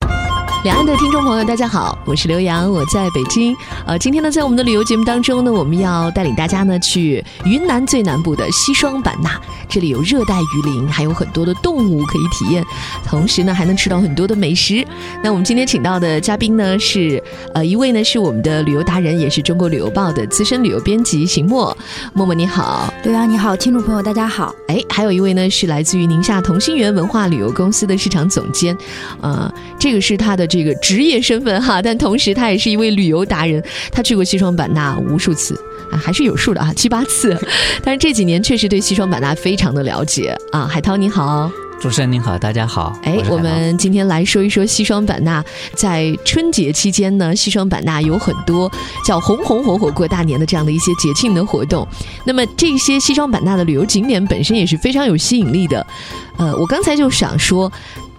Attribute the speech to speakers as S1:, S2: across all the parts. S1: 呃两岸的听众朋友，大家好，我是刘洋，我在北京。呃，今天呢，在我们的旅游节目当中呢，我们要带领大家呢去云南最南部的西双版纳，这里有热带雨林，还有很多的动物可以体验，同时呢还能吃到很多的美食。那我们今天请到的嘉宾呢是呃一位呢是我们的旅游达人，也是中国旅游报的资深旅游编辑邢默。默默你好，
S2: 刘洋啊你好，听众朋友大家好。
S1: 哎，还有一位呢是来自于宁夏同心圆文化旅游公司的市场总监，呃，这个是他的这个职业身份哈，但同时他也是一位旅游达人，他去过西双版纳无数次。啊，还是有数的啊，七八次。但是这几年确实对西双版纳非常的了解啊。海涛你好，
S3: 主持人您好，大家好。
S1: 哎，
S3: 是海
S1: 我
S3: 涛
S1: 们今天来说一说西双版纳。在春节期间呢，西双版纳有很多叫“红红火火过大年”的这样的一些节庆的活动。那么这些西双版纳的旅游景点本身也是非常有吸引力的。呃，我刚才就想说。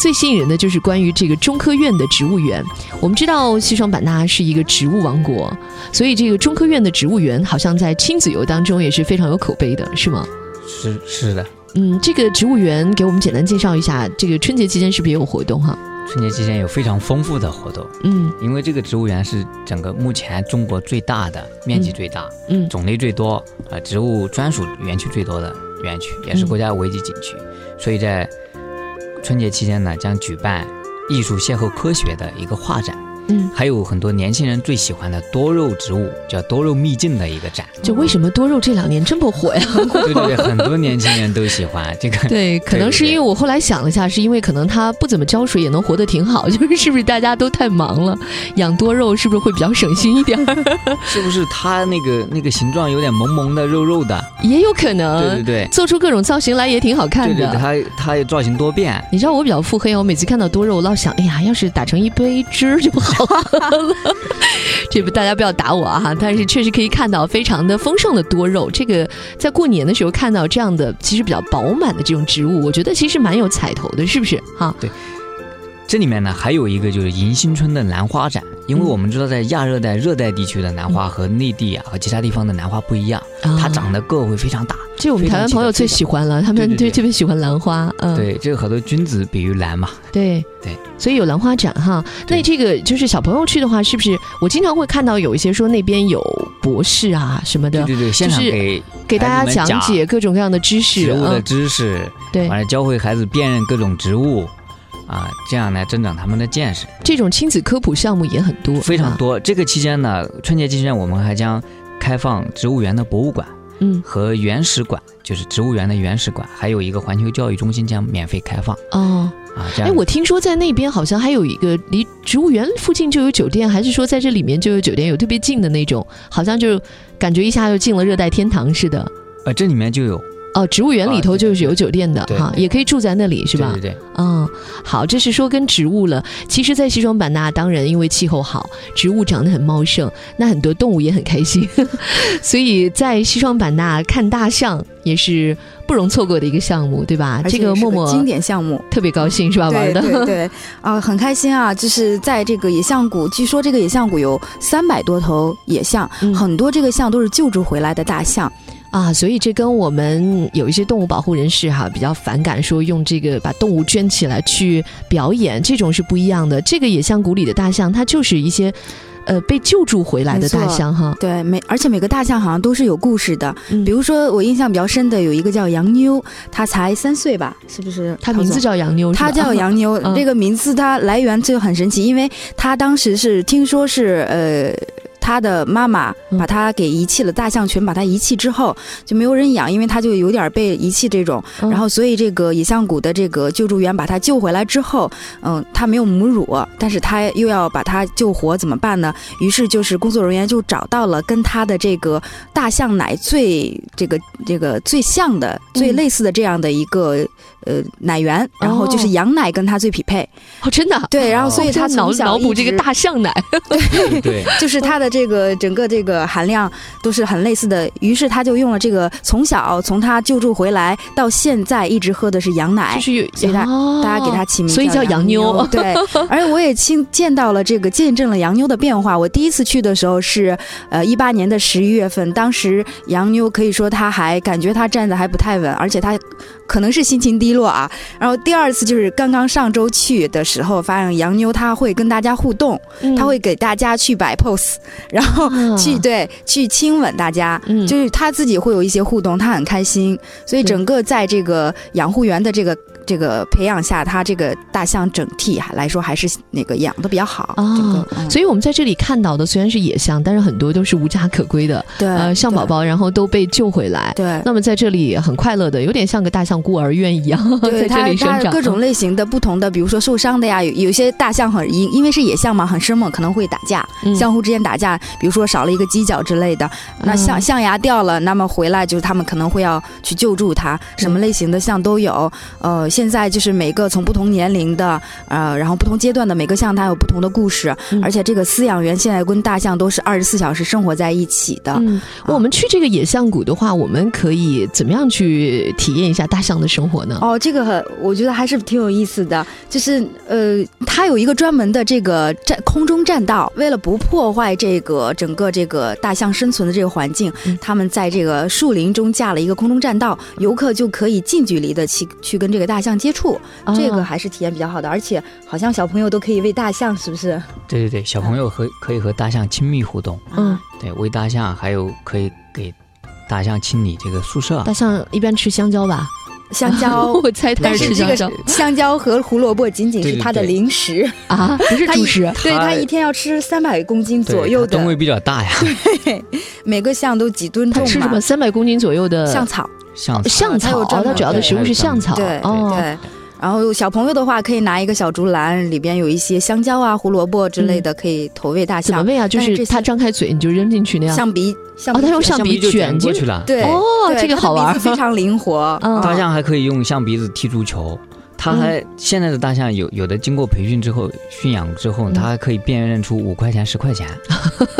S1: 最吸引人的就是关于这个中科院的植物园。我们知道西双版纳是一个植物王国，所以这个中科院的植物园好像在亲子游当中也是非常有口碑的，是吗？
S3: 是是的，
S1: 嗯，这个植物园给我们简单介绍一下，这个春节期间是不是也有活动哈、啊
S3: 春节期间有非常丰富的活动，
S1: 嗯
S3: 因为这个植物园是整个目前中国最大的，面积最大，
S1: 嗯
S3: 种类最多，呃，植物专属园区最多的园区，也是国家五 A 级景区，
S1: 嗯
S3: 所以在春节期间呢，将举办艺术邂逅科学的一个画展，
S1: 嗯，
S3: 还有很多年轻人最喜欢的多肉植物，叫多肉秘境的一 个展，
S1: 就为什么多肉这两年这么火呀？
S3: 对对对，很多年轻人都喜欢这 个。
S1: 对，可能是因为我后来想了一下，是因为可能它不怎么浇水也能活得挺好，就是是不是大家都太忙了，养多肉是不是会比较省心一点儿？
S3: 是不是它那个那个形状有点萌萌的、肉肉的？
S1: 也有可
S3: 对对
S1: 能
S3: 对，
S1: 做出各种造型来也挺好看
S3: 对
S1: 嗯的。
S3: 对对，它它也造型多变。
S1: 你知道我比较腹黑啊，我每次看到多肉，我老想，哎呀，要是打成一杯汁就好喝了。这不，大家不要打我啊！但是确实可以看到非常的丰盛的多肉。这个在过年的时候看到这样的，其实比较饱满的这种植物，我觉得其实蛮有彩头的，是不是？哈，
S3: 这里面呢，还有一个就是迎新春的兰花展，因为
S1: 嗯
S3: 我们知道在亚热带、热带地区的兰花和内地啊和其他地方的兰花不一样，它长
S1: 得，
S3: 得个会非常大。
S1: 啊这我们台湾朋友最喜欢了，他们
S3: 对对对
S1: 特别喜欢兰花，嗯，
S3: 对，这个好多君子比喻兰嘛。
S1: 对
S3: 对，
S1: 所以有兰花展哈。那
S3: 对
S1: 这个就是小朋友去的话，是不是？我经常会看到有一些说那边有博士啊什么
S3: 对
S1: 的，
S3: 对对，现场给
S1: 给大家
S3: 孩子们
S1: 讲
S3: 讲
S1: 解各种各样的知识，
S3: 植物的
S1: 嗯
S3: 知识，
S1: 对
S3: 完，了教会孩子辨认各种植物，啊，这样呢增长他们的见识。
S1: 这种亲子科普项目也很多，
S3: 非常
S1: 是吧。
S3: 多。这个期间呢，春节期间我们还将开放植物园的博物馆
S1: 嗯，
S3: 和原始馆，就是植物园的原始馆，还有一个环球教育中心将免费开放
S1: 哦，
S3: 啊。这样，
S1: 哎，我听说在那边好像还有一个离植物园附近就有酒店，还是说在这里面就有酒店，有特别近的那种，好像就感觉一下就进了热带天堂似的。
S3: 呃这里面就有
S1: 哦，植物园里头就是有酒店的
S3: 啊对
S1: 哈、
S3: 对
S1: 也可以住在那里是吧？
S3: 对对对，
S1: 嗯，好，这是说跟植物了。其实，在西双版纳，当然因为气候好，植物长得很茂盛，那很多动物也很开心， 所以在西双版纳看大象也是不容错过的一个项目，对吧？
S2: 而且
S1: 这
S2: 也是
S1: 默默
S2: 经典项目，
S1: 特别高兴是吧？玩
S2: 对
S1: 的，
S2: 对对， 啊、很开心啊！就是在这个野象谷，据说这个野象谷有三百多头野象，
S1: 嗯
S2: 很多这个象都是救助回来的大象。
S1: 啊，所以这跟我们有一些动物保护人士哈比较反感，说用这个把动物圈起来去表演，这种是不一样的。这个野象谷里的大象，它就是一些。呃，被救助回来的
S2: 没错
S1: 大象哈，
S2: 对，每而且每个大象好像都是有故事的。
S1: 嗯
S2: 比如说，我印象比较深的有一个叫洋妞，她才三岁吧，是不是？
S1: 它
S2: 陶
S1: 名字
S2: 总
S1: 叫洋妞，是
S2: 她
S1: 吧
S2: 叫洋妞，
S1: 嗯
S2: 这个名字它来源就很神奇，因为她当时是听说是呃。她的妈妈
S1: 嗯
S2: 把她给遗弃了，大象群把她遗弃之后就没有人养，因为她就有点被遗弃这种。
S1: 嗯
S2: 然后，所以这个野象谷的这个救助员把她救回来之后，嗯，她没有母乳，但是她又要把她救活，怎么办呢？于是就是工作人员就找到了跟她的这个大象奶最这个这个最像的、最
S1: 嗯
S2: 类似的这样的一个呃奶源，然后就是
S1: 哦
S2: 羊奶跟它最匹配。
S1: 哦，真的啊，
S2: 对，然后
S3: 哦
S2: 所以
S1: 我
S2: 它
S1: 在脑
S2: 从小
S1: 脑补
S2: 一
S1: 这个
S2: 直，哎
S1: 大象奶，
S3: 对对，
S2: 就是它的这个整个这个含量都是很类似的。于是他就用了这个从小从他救助回来到现在一直喝的是羊奶
S1: 就。是
S2: 所以它
S1: 哦
S2: 大家给它起名，
S1: 所以叫
S2: 洋
S1: 洋妞
S2: 对，而且我也亲见到了这个，见证了洋妞的变化。我第一次去的时候是，呃，一八年的十一月份，当时洋妞可以说她还感觉她站的还不太稳，而且她可能是心情低落啊。然后第二次就是刚刚上周去的时候，发现洋妞她会跟大家互动，
S1: 嗯
S2: 她会给大家去摆 pose，然后去、
S1: 啊
S2: 对去亲吻大家，
S1: 嗯
S2: 就是她自己会有一些互动，她很开心。所以整个在这个养护员的这个这个培养下，她这个大象整体还来说还是那个养的比较好。
S1: 啊
S2: 整个嗯
S1: 所以我们在这里看到的虽然是野象，但是很多都是无家可归的，
S2: 对
S1: 呃，象宝
S2: 对
S1: 宝，然后都被救回来。
S2: 对。
S1: 那么 在这里很快乐的，有点像个大象孤儿院一样，
S2: 对
S1: 在这
S2: 它
S1: 里嗯生
S2: 它
S1: 长。
S2: 各种类型的不同的，比如说受伤的呀，有有些大象很因因为是野象嘛，很生猛，可能会打架，
S1: 嗯
S2: 相互之间打架，比如说少了一个犄角之类的，那象
S1: 嗯
S2: 象牙掉了，那么回来就是他们可能会要去救助它，什么类型的象都有。呃，现在就是每个从不同年龄的，呃，然后不同阶段的每个象它有不同的故事，
S1: 嗯
S2: 而且这个饲养员现在跟大象都是二十四小时生活在一起的。
S1: 嗯，我们去这个野象谷的话，我们可以怎么样去体验一下大象的生活呢？
S2: 哦，这个很，我觉得还是挺有意思的。就是呃，它有一个专门的这个站空中栈道，为了不破坏这个整个这个大象生存的这个环境
S1: 嗯，
S2: 他们在这个树林中架了一个空中栈道，游客就可以近距离的去去跟这个大象接触，哦这个
S1: 啊
S2: 还是体验比较好的。而且好像小朋友都可以喂大象，是不是？
S3: 对对对，小朋友和可以和大象亲密互动，
S2: 啊
S1: 嗯，
S3: 对，喂大象，还有可以给大象清理这个宿舍
S1: 大。象一般吃香蕉吧，
S2: 香蕉。
S1: 我猜它
S2: 但
S1: 吃
S2: 是这
S1: 香
S2: 个
S1: 蕉
S2: 香蕉和胡萝卜仅仅是它的
S3: 对对对
S2: 零食，
S1: 啊，不是
S2: 它
S1: 主
S2: 一
S1: 食。
S2: 对
S3: 它
S2: 它一天要吃三百公斤
S3: 对
S2: 左右
S3: 它吨位
S2: 的，
S3: 比较大呀，
S2: 每个象都几吨
S1: 它
S2: 重
S1: 吃什
S2: 嘛
S1: 么？。三百公斤左右的
S3: 呃
S2: 象草，
S3: 像
S1: 象
S2: 它
S1: 草
S2: 有，专门
S1: 它主要的
S2: 对
S1: 食物是象草。
S2: 对
S1: 哦，
S2: 对，然后小朋友的话，可以拿一个小竹篮，里边有一些香蕉啊、胡萝卜之类的，可以投喂大
S1: 怎么
S2: 象。
S1: 喂啊？就
S2: 但是
S1: 是
S2: 这些
S1: 它张开嘴你就扔进去那样。
S2: 象鼻，象
S1: 哦，
S2: 鼻
S1: 它用
S2: 子
S1: 象鼻
S3: 就
S1: 卷
S3: 过
S1: 进
S3: 去了。
S2: 对
S1: 哦，
S2: 对
S1: 这个
S2: 它的
S1: 好玩
S2: 鼻
S1: 儿
S2: 子。非常灵活。
S1: 嗯
S3: 大象还可以用象鼻子踢足球，它还现在的大象有有的经过培训之后驯养之后，
S1: 嗯
S3: 它还可以辨认出五块钱十块钱，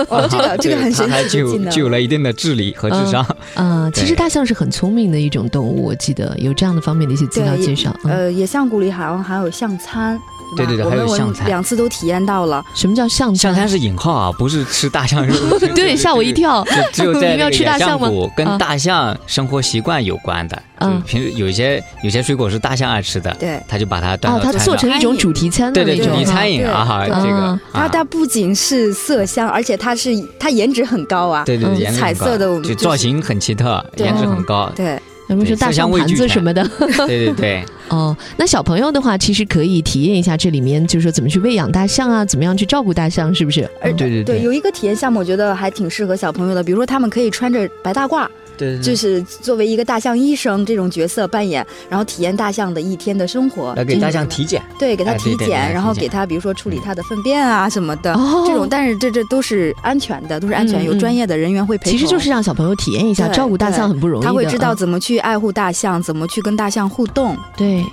S2: 哦，这个这个
S3: 啊对
S2: 很神
S3: 它还
S2: 奇
S3: 具
S2: 的技
S3: 有
S2: 能
S3: 具。有了一定的智力和智商。
S1: 啊，其实
S3: 对
S1: 大象是很聪明的一种动物，我记得有这样的方面的一些资料
S2: 对
S1: 介绍。嗯，
S2: 呃，野象谷里好像还有象餐，
S3: 对对对
S2: 吧
S3: 还有
S2: 我们
S3: 象餐
S2: 两次都体验到了。
S1: 什么叫象
S3: 象
S1: 餐？。
S3: 餐是引号啊，不是吃大象肉
S1: 嗯 对，吓我一。 跳。
S3: 就只有在
S1: 你们要
S3: 那个
S1: 吃大
S3: 野
S1: 象
S3: 象
S1: 吗
S3: 谷
S1: 啊
S3: 跟大象生活习惯有关的，就
S1: 嗯
S3: 是平时有一些有些水果是大象爱吃的，
S2: 对，
S3: 他就把它端
S1: 哦，
S3: 到
S1: 它
S3: 餐
S1: 做
S3: 上
S1: 成一种主题餐的
S3: 对对
S1: 那
S3: 主
S1: 种嗯
S3: 题
S1: 哈。
S3: 餐饮
S2: 对
S3: 啊哈，
S2: 对
S3: 这个
S1: 啊
S2: 然后它不仅是色香，而且它是它颜值很高啊。
S3: 对对
S1: 嗯
S3: 对，颜值
S2: 彩
S3: 很高
S2: 色的我们
S3: 就
S2: 就是
S3: 造型很奇特，
S2: 对
S3: 颜值很高，
S2: 对
S1: 有没有说
S3: 对
S1: 大
S3: 色香
S1: 象
S3: 味
S1: 盘
S3: 俱
S1: 子
S3: 全
S1: 什么 的？
S3: 对对对，
S1: 哦，那小朋友的话，其实可以体验一下这里面，就是说怎么去喂养大象啊，怎么样去照顾大象，是不是？
S2: 而
S1: 嗯
S3: 对对
S2: 对，
S3: 对
S2: 有一个体验项目，我觉得还挺适合小朋友的，比如说他们可以穿着白大褂，
S1: 嗯
S3: 对
S2: 就是作为一个大象医生这种角色扮演，然后体验大象的一天的生活，
S3: 来给大象体检，
S2: 对，给它
S3: 哎
S2: 体
S3: 对对对
S2: 检，
S3: 对
S2: 然后
S3: 体
S2: 给
S3: 检
S2: 它比如说处理
S3: 嗯
S2: 它的粪便啊什么的，
S1: 哦
S2: 这种，但是这这都是安全的，都是安全，
S1: 嗯
S2: 有
S1: 嗯
S2: 专业的人员会陪同。
S1: 其实就是让小朋友体验一下，
S2: 对
S1: 照顾大象很不容易的。
S2: 他会知道
S1: 嗯
S2: 怎么去爱护大象，怎么去跟大象互动。
S1: 啊对，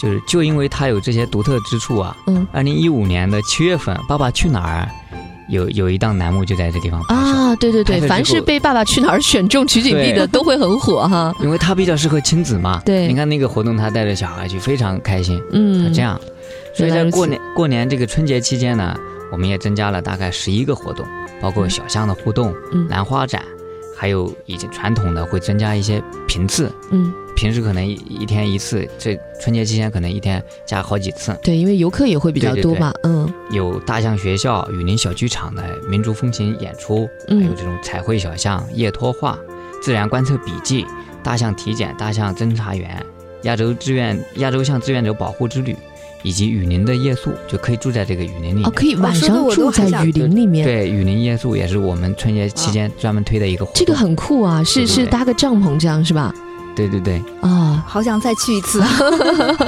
S3: 就是就因为它有这些独特之处啊，
S1: 嗯，
S3: 二零一五年的七月份，《爸爸去哪儿》有有一档栏目就在这地方拍摄。
S1: 啊，对对对
S3: 拍，摄
S1: 凡
S3: 之
S1: 是
S3: 后
S1: 被《爸爸去哪儿》选中取景地的，
S3: 对
S1: 都会很火 哈。
S3: 因为它比较适合亲子嘛，
S1: 对
S3: 你看那个活动，他带着小孩去，非常开心。
S1: 嗯，
S3: 他啊这样，所以
S1: 原来
S3: 在
S1: 如
S3: 过
S1: 此
S3: 年过年这个春节期间呢，我们也增加了大概十一个活动，包括小象的互动、
S1: 嗯
S3: 兰花展，还有以前传统的会增加一些频次，
S1: 嗯，
S3: 平时可能一一天一次，这春节期间可能一天加好几次。
S1: 对，因为游客也会比较
S3: 对对
S1: 多
S3: 对
S1: 嘛，嗯
S3: 有大象学校、雨林小剧场的民族风情演出，还有
S1: 嗯
S3: 这种彩绘小象、夜托画、自然观测笔记、大象体检、大象侦查员、亚洲志愿亚洲象志愿者保护之旅，以及雨林的夜宿，就可以住在这个雨林里
S1: 哦，
S3: 面。
S1: 可啊以晚
S2: 说得
S1: 上
S2: 我
S1: 住
S2: 都
S1: 在
S2: 很想
S1: 雨林里面，
S3: 嗯对，雨林夜宿也是我们春节期间专门推的一个活动。
S1: 这个很酷啊，是
S3: 对对
S1: 是
S3: 对
S1: 搭个帐篷这样是吧？
S3: 对 对对
S1: 啊，
S2: 好想再去一次。
S3: 对，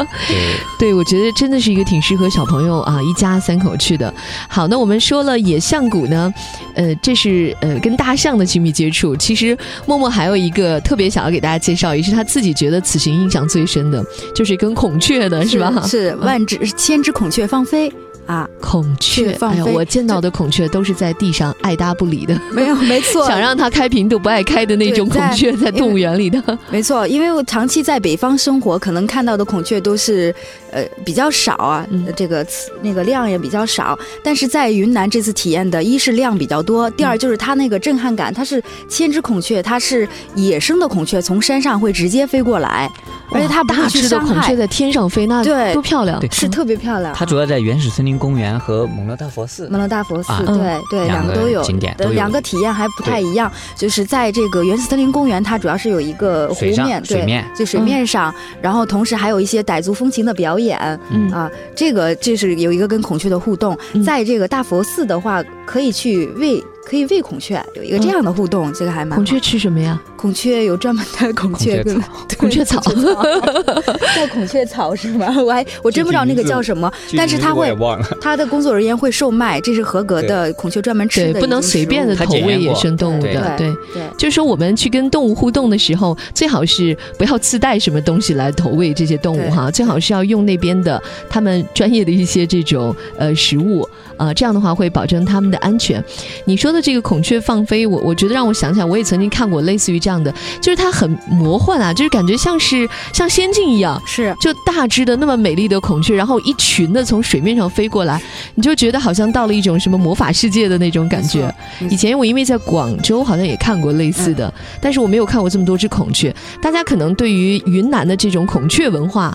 S1: 对，我觉得真的是一个挺适合小朋友啊，一家三口去的。好，那我们说了野象谷呢，呃，这是呃跟大象的亲密接触。其实默默还有一个特别想要给大家介绍，也是他自己觉得此啊行印象最深的，就是跟孔雀的是吧？
S2: 是万只千只孔雀放飞。啊，
S1: 孔雀
S2: 雀，放
S1: 哎呀，
S2: 飞
S1: 我见到的孔雀都是在地上爱搭不理的，
S2: 没有，没 错，
S1: 想让它开屏都不爱开的那种孔
S2: 对在
S1: 雀，在动物园里的。
S2: 没错，因为我长期在北方生活，可能看到的孔雀都是呃比较少啊，
S1: 嗯
S2: 呃这个次那个量也比较少。但是在云南这次体验的，一是量比较
S3: 嗯
S2: 多，第二就是它那个震撼感，它是千只孔雀，它是野生的孔雀，从山上会直接飞过来，
S3: 嗯
S2: 而且它不
S1: 哇大
S2: 会去
S1: 只的
S2: 伤
S1: 孔雀
S2: 害，
S1: 在天上飞，那
S2: 对
S1: 多漂亮
S3: 对！
S2: 是
S1: 嗯
S2: 特别漂亮。
S3: 它主要在原始森林公园和蒙勒大佛寺
S2: 门。罗大佛寺，
S3: 啊
S2: 对对，
S3: 两
S2: 两
S3: 个
S2: 个都有，
S3: 景点
S2: 对
S3: 都有
S2: 两个体验还不太一样。就是在这个原始森林公园，它主要是有一个湖
S3: 水上
S2: 面，
S3: 水
S2: 对，
S3: 面嗯
S2: 就水面上，然后同时还有一些傣族风情的表演
S1: 嗯
S2: 啊，这个这是有一个跟孔雀的互动
S1: 嗯。
S2: 在这个大佛寺的话，可以去喂，可以喂孔雀，有一个这样的互动，这个还蛮
S1: 孔雀吃什么呀？
S2: 孔雀有专门的孔雀
S3: 孔雀
S2: 跟
S3: 草
S2: 对
S1: 孔雀草
S2: 孔雀草 叫孔雀草是吗？ 我还我真不知道那个叫什么， 但是它会
S3: 忘了，
S2: 它的工作人员会售卖，这是合格的孔雀专门吃
S1: 对，
S2: 的，
S1: 不能随便的
S3: 它
S1: 投
S3: 检
S1: 喂
S3: 验
S1: 野
S3: 过
S1: 生动物
S3: 对
S1: 的，对。
S2: 对。
S1: 就是说，我们去跟动物互动的时候，最好是不要自带什么东西来投喂这些动物
S2: 对
S1: 哈，最好是要用那边的他们专业的一些这种呃食物啊、这样的话会保证它们的安全。你说的这个孔雀放飞，我我觉得让我想起来，我也曾经看过类似于这样的，就是它很魔幻啊，就是感觉像是像仙境一样。
S2: 是，
S1: 就大只的那么美丽的孔雀，然后一群的从水面上飞过来，你就觉得好像到了一种什么魔法世界的那种感觉。
S2: 没错
S1: 以前我因为在广州好像也看过类似的，但是我没有看过这么多只孔雀。大家可能对于云南的这种孔雀文化。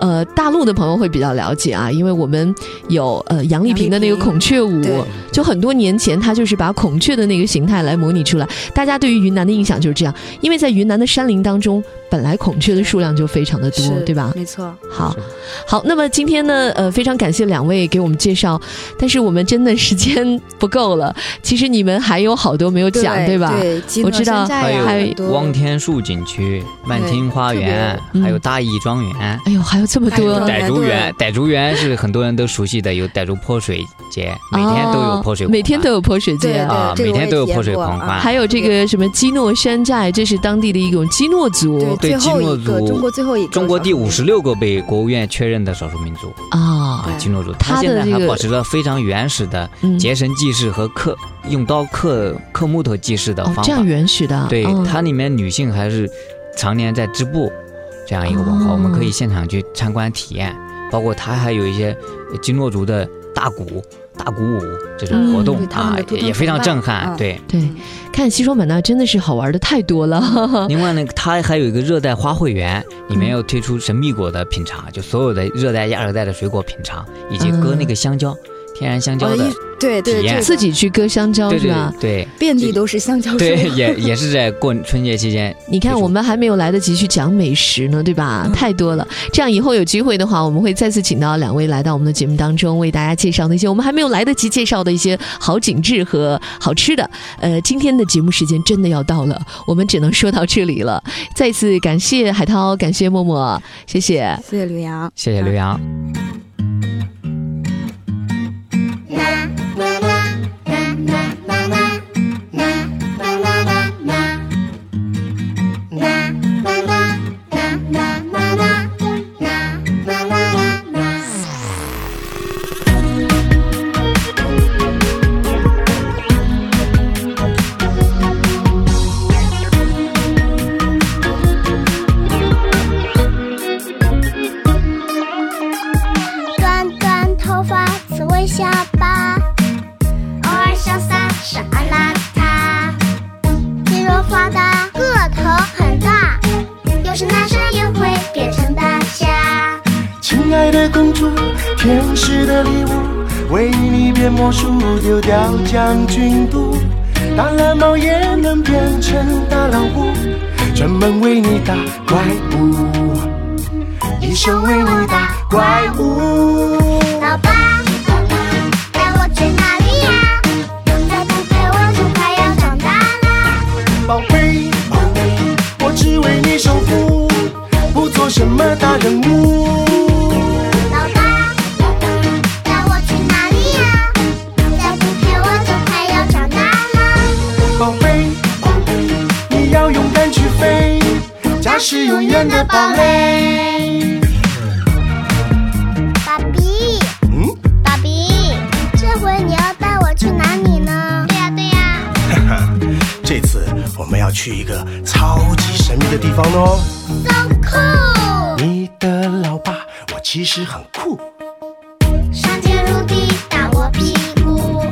S1: 呃，大陆的朋友会比较了解啊，因为我们有呃杨丽萍的那个
S2: 杨丽萍
S1: 孔雀舞，
S2: 对
S1: 就很多年前，它就是把孔雀的那个形态来模拟出来。大家对于云南的印象就是这样，因为在云南的山林当中，本来孔雀的数量就非常的多
S2: 是，
S1: 对吧？
S2: 没错，
S1: 好
S3: 是，
S1: 好，那么今天呢，呃，非常感谢两位给我们介绍，但是我们真的时间不够了。其实你们还有好多没有讲，对吧？
S2: 对，极
S1: 我
S2: 乐
S1: 知道
S2: 山寨
S3: 还
S2: 呀
S3: 有
S1: 还有
S2: 很多
S3: 望天树景区、漫天花园，
S1: 别
S3: 还有
S1: 嗯
S3: 大邑庄园。
S1: 哎呦，还有这么多
S2: 还有，
S3: 傣
S2: 园
S3: 族
S2: 对
S3: 园，傣族园是很多人都熟悉的，有傣族泼水节，每天都有泼水
S1: 哦
S3: 狂欢，
S1: 每天都有泼水节
S2: 对对，
S3: 啊
S2: 这
S3: 每
S2: 个我
S3: 天
S2: 也
S3: 都有
S2: 体验
S3: 泼水
S2: 过
S3: 狂
S2: 啊
S3: 欢
S1: 还有这个什么基诺山寨，这是当地的一种基诺
S2: 对
S1: 族
S3: 对
S2: 最后
S3: 基诺
S2: 一个
S3: 族
S2: 中国最后一个
S3: 中国第
S2: 少数
S3: 五
S2: 民
S3: 十
S2: 族
S3: 六个被国务院确认的少数民族
S1: 啊
S3: 啊，
S2: 对
S3: 基诺族，
S1: 它
S3: 它现
S1: 的
S3: 在
S1: 这
S3: 还
S1: 个
S3: 保持着非常原始的
S1: 嗯，
S3: 结绳记事和刻用刀刻刻木头记事的
S1: 哦
S3: 方，
S1: 这
S3: 法
S1: 样。原始的啊，
S3: 对
S1: 嗯，
S3: 它里面女性还是常年在织布这样一个文化，
S1: 哦
S3: 我们可以现场去参观体验。包括它还有一些呃基诺族的大鼓、大鼓舞这种活动
S2: 嗯对他们
S3: 啊
S2: 的，图
S3: 也
S2: 腾
S3: 也非常
S2: 崇拜
S3: 震撼。
S2: 嗯
S3: 对，
S1: 对，看西双版纳真的是好玩的太多 了。
S3: 另外呢，它还有一个热带花卉园，里面要推出神秘果的品
S1: 嗯
S3: 尝，就所有的热带、亚热带的水果品尝，以及割那个香
S1: 嗯
S3: 蕉，天然香蕉
S2: 哦
S3: 的
S2: 一，对对
S3: 体验
S2: 对，
S1: 自己去割哦香蕉
S3: 对
S1: 是
S3: 对
S1: 吧？
S3: 对
S2: 遍地都是香蕉树，
S3: 对，也也是在过春节期间，
S1: 你看，
S3: 就是
S1: 我们还没有来得及去讲美食呢，对吧？太多了。这样以后有机会的话，我们会再次请到两位来到我们的节目当中，为大家介绍那些我们还没有来得及介绍的一些好景致和好吃的。呃，今天的节目时间真的要到了，我们只能说到这里了。再次感谢海涛，感谢默默，谢谢。
S2: 谢谢刘洋。
S3: 谢谢刘洋。
S4: 短短头发，刺猬下巴，偶尔潇洒是爱邋遢。肌肉发达，个头很大，有时拿沙也会变成大虾。
S5: 亲爱的公主，天使的礼物，为你变魔术，丢掉将军布，大蓝猫也能变成大老虎，专门为你打怪物，一生为你打怪物。
S4: 老爸，带我去哪里呀？再不陪我就快要长大啦。
S5: 宝贝，我只为你守护，不做什么大人物。
S4: 老爸，带我去哪里呀？再不陪我就快要长大啦。
S5: 宝贝，你要勇敢去飞，家是永远的堡垒。
S4: 爸比，
S5: 嗯，
S4: 爸比。
S5: 去一个超级神秘的地方哦。
S4: So cool，
S5: 你的老爸，我其实很酷，
S4: 上天入地打我屁股，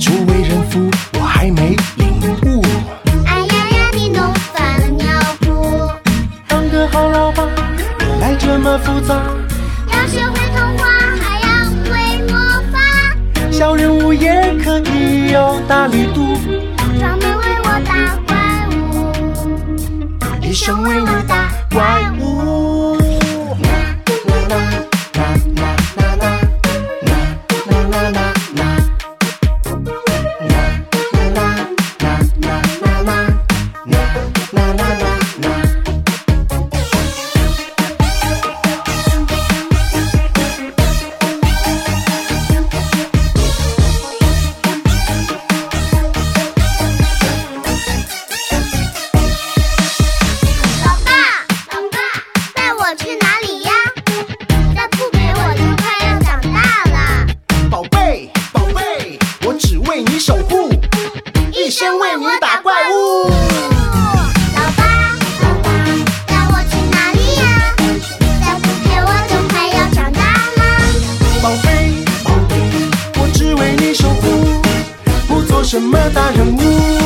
S5: 初为人父，我还没领悟。
S4: 哎呀呀，你弄反了尿布，
S5: 当个好老爸，别来这么复杂，
S4: 要学会童话，还要会魔法，
S5: 小人物也可以有大力度，
S4: 专门为我打怪物，
S5: 一生为我打怪物。
S4: 老爸，老爸，带我去哪里呀？再不给我就快要长大了，
S5: 宝贝，宝贝，我只为你守护，一生为你打怪物。
S4: 老爸，老爸，带我去哪里呀？再不给我就快要长大了，
S5: 宝贝，宝贝，我只为你守护，不做什么大人物。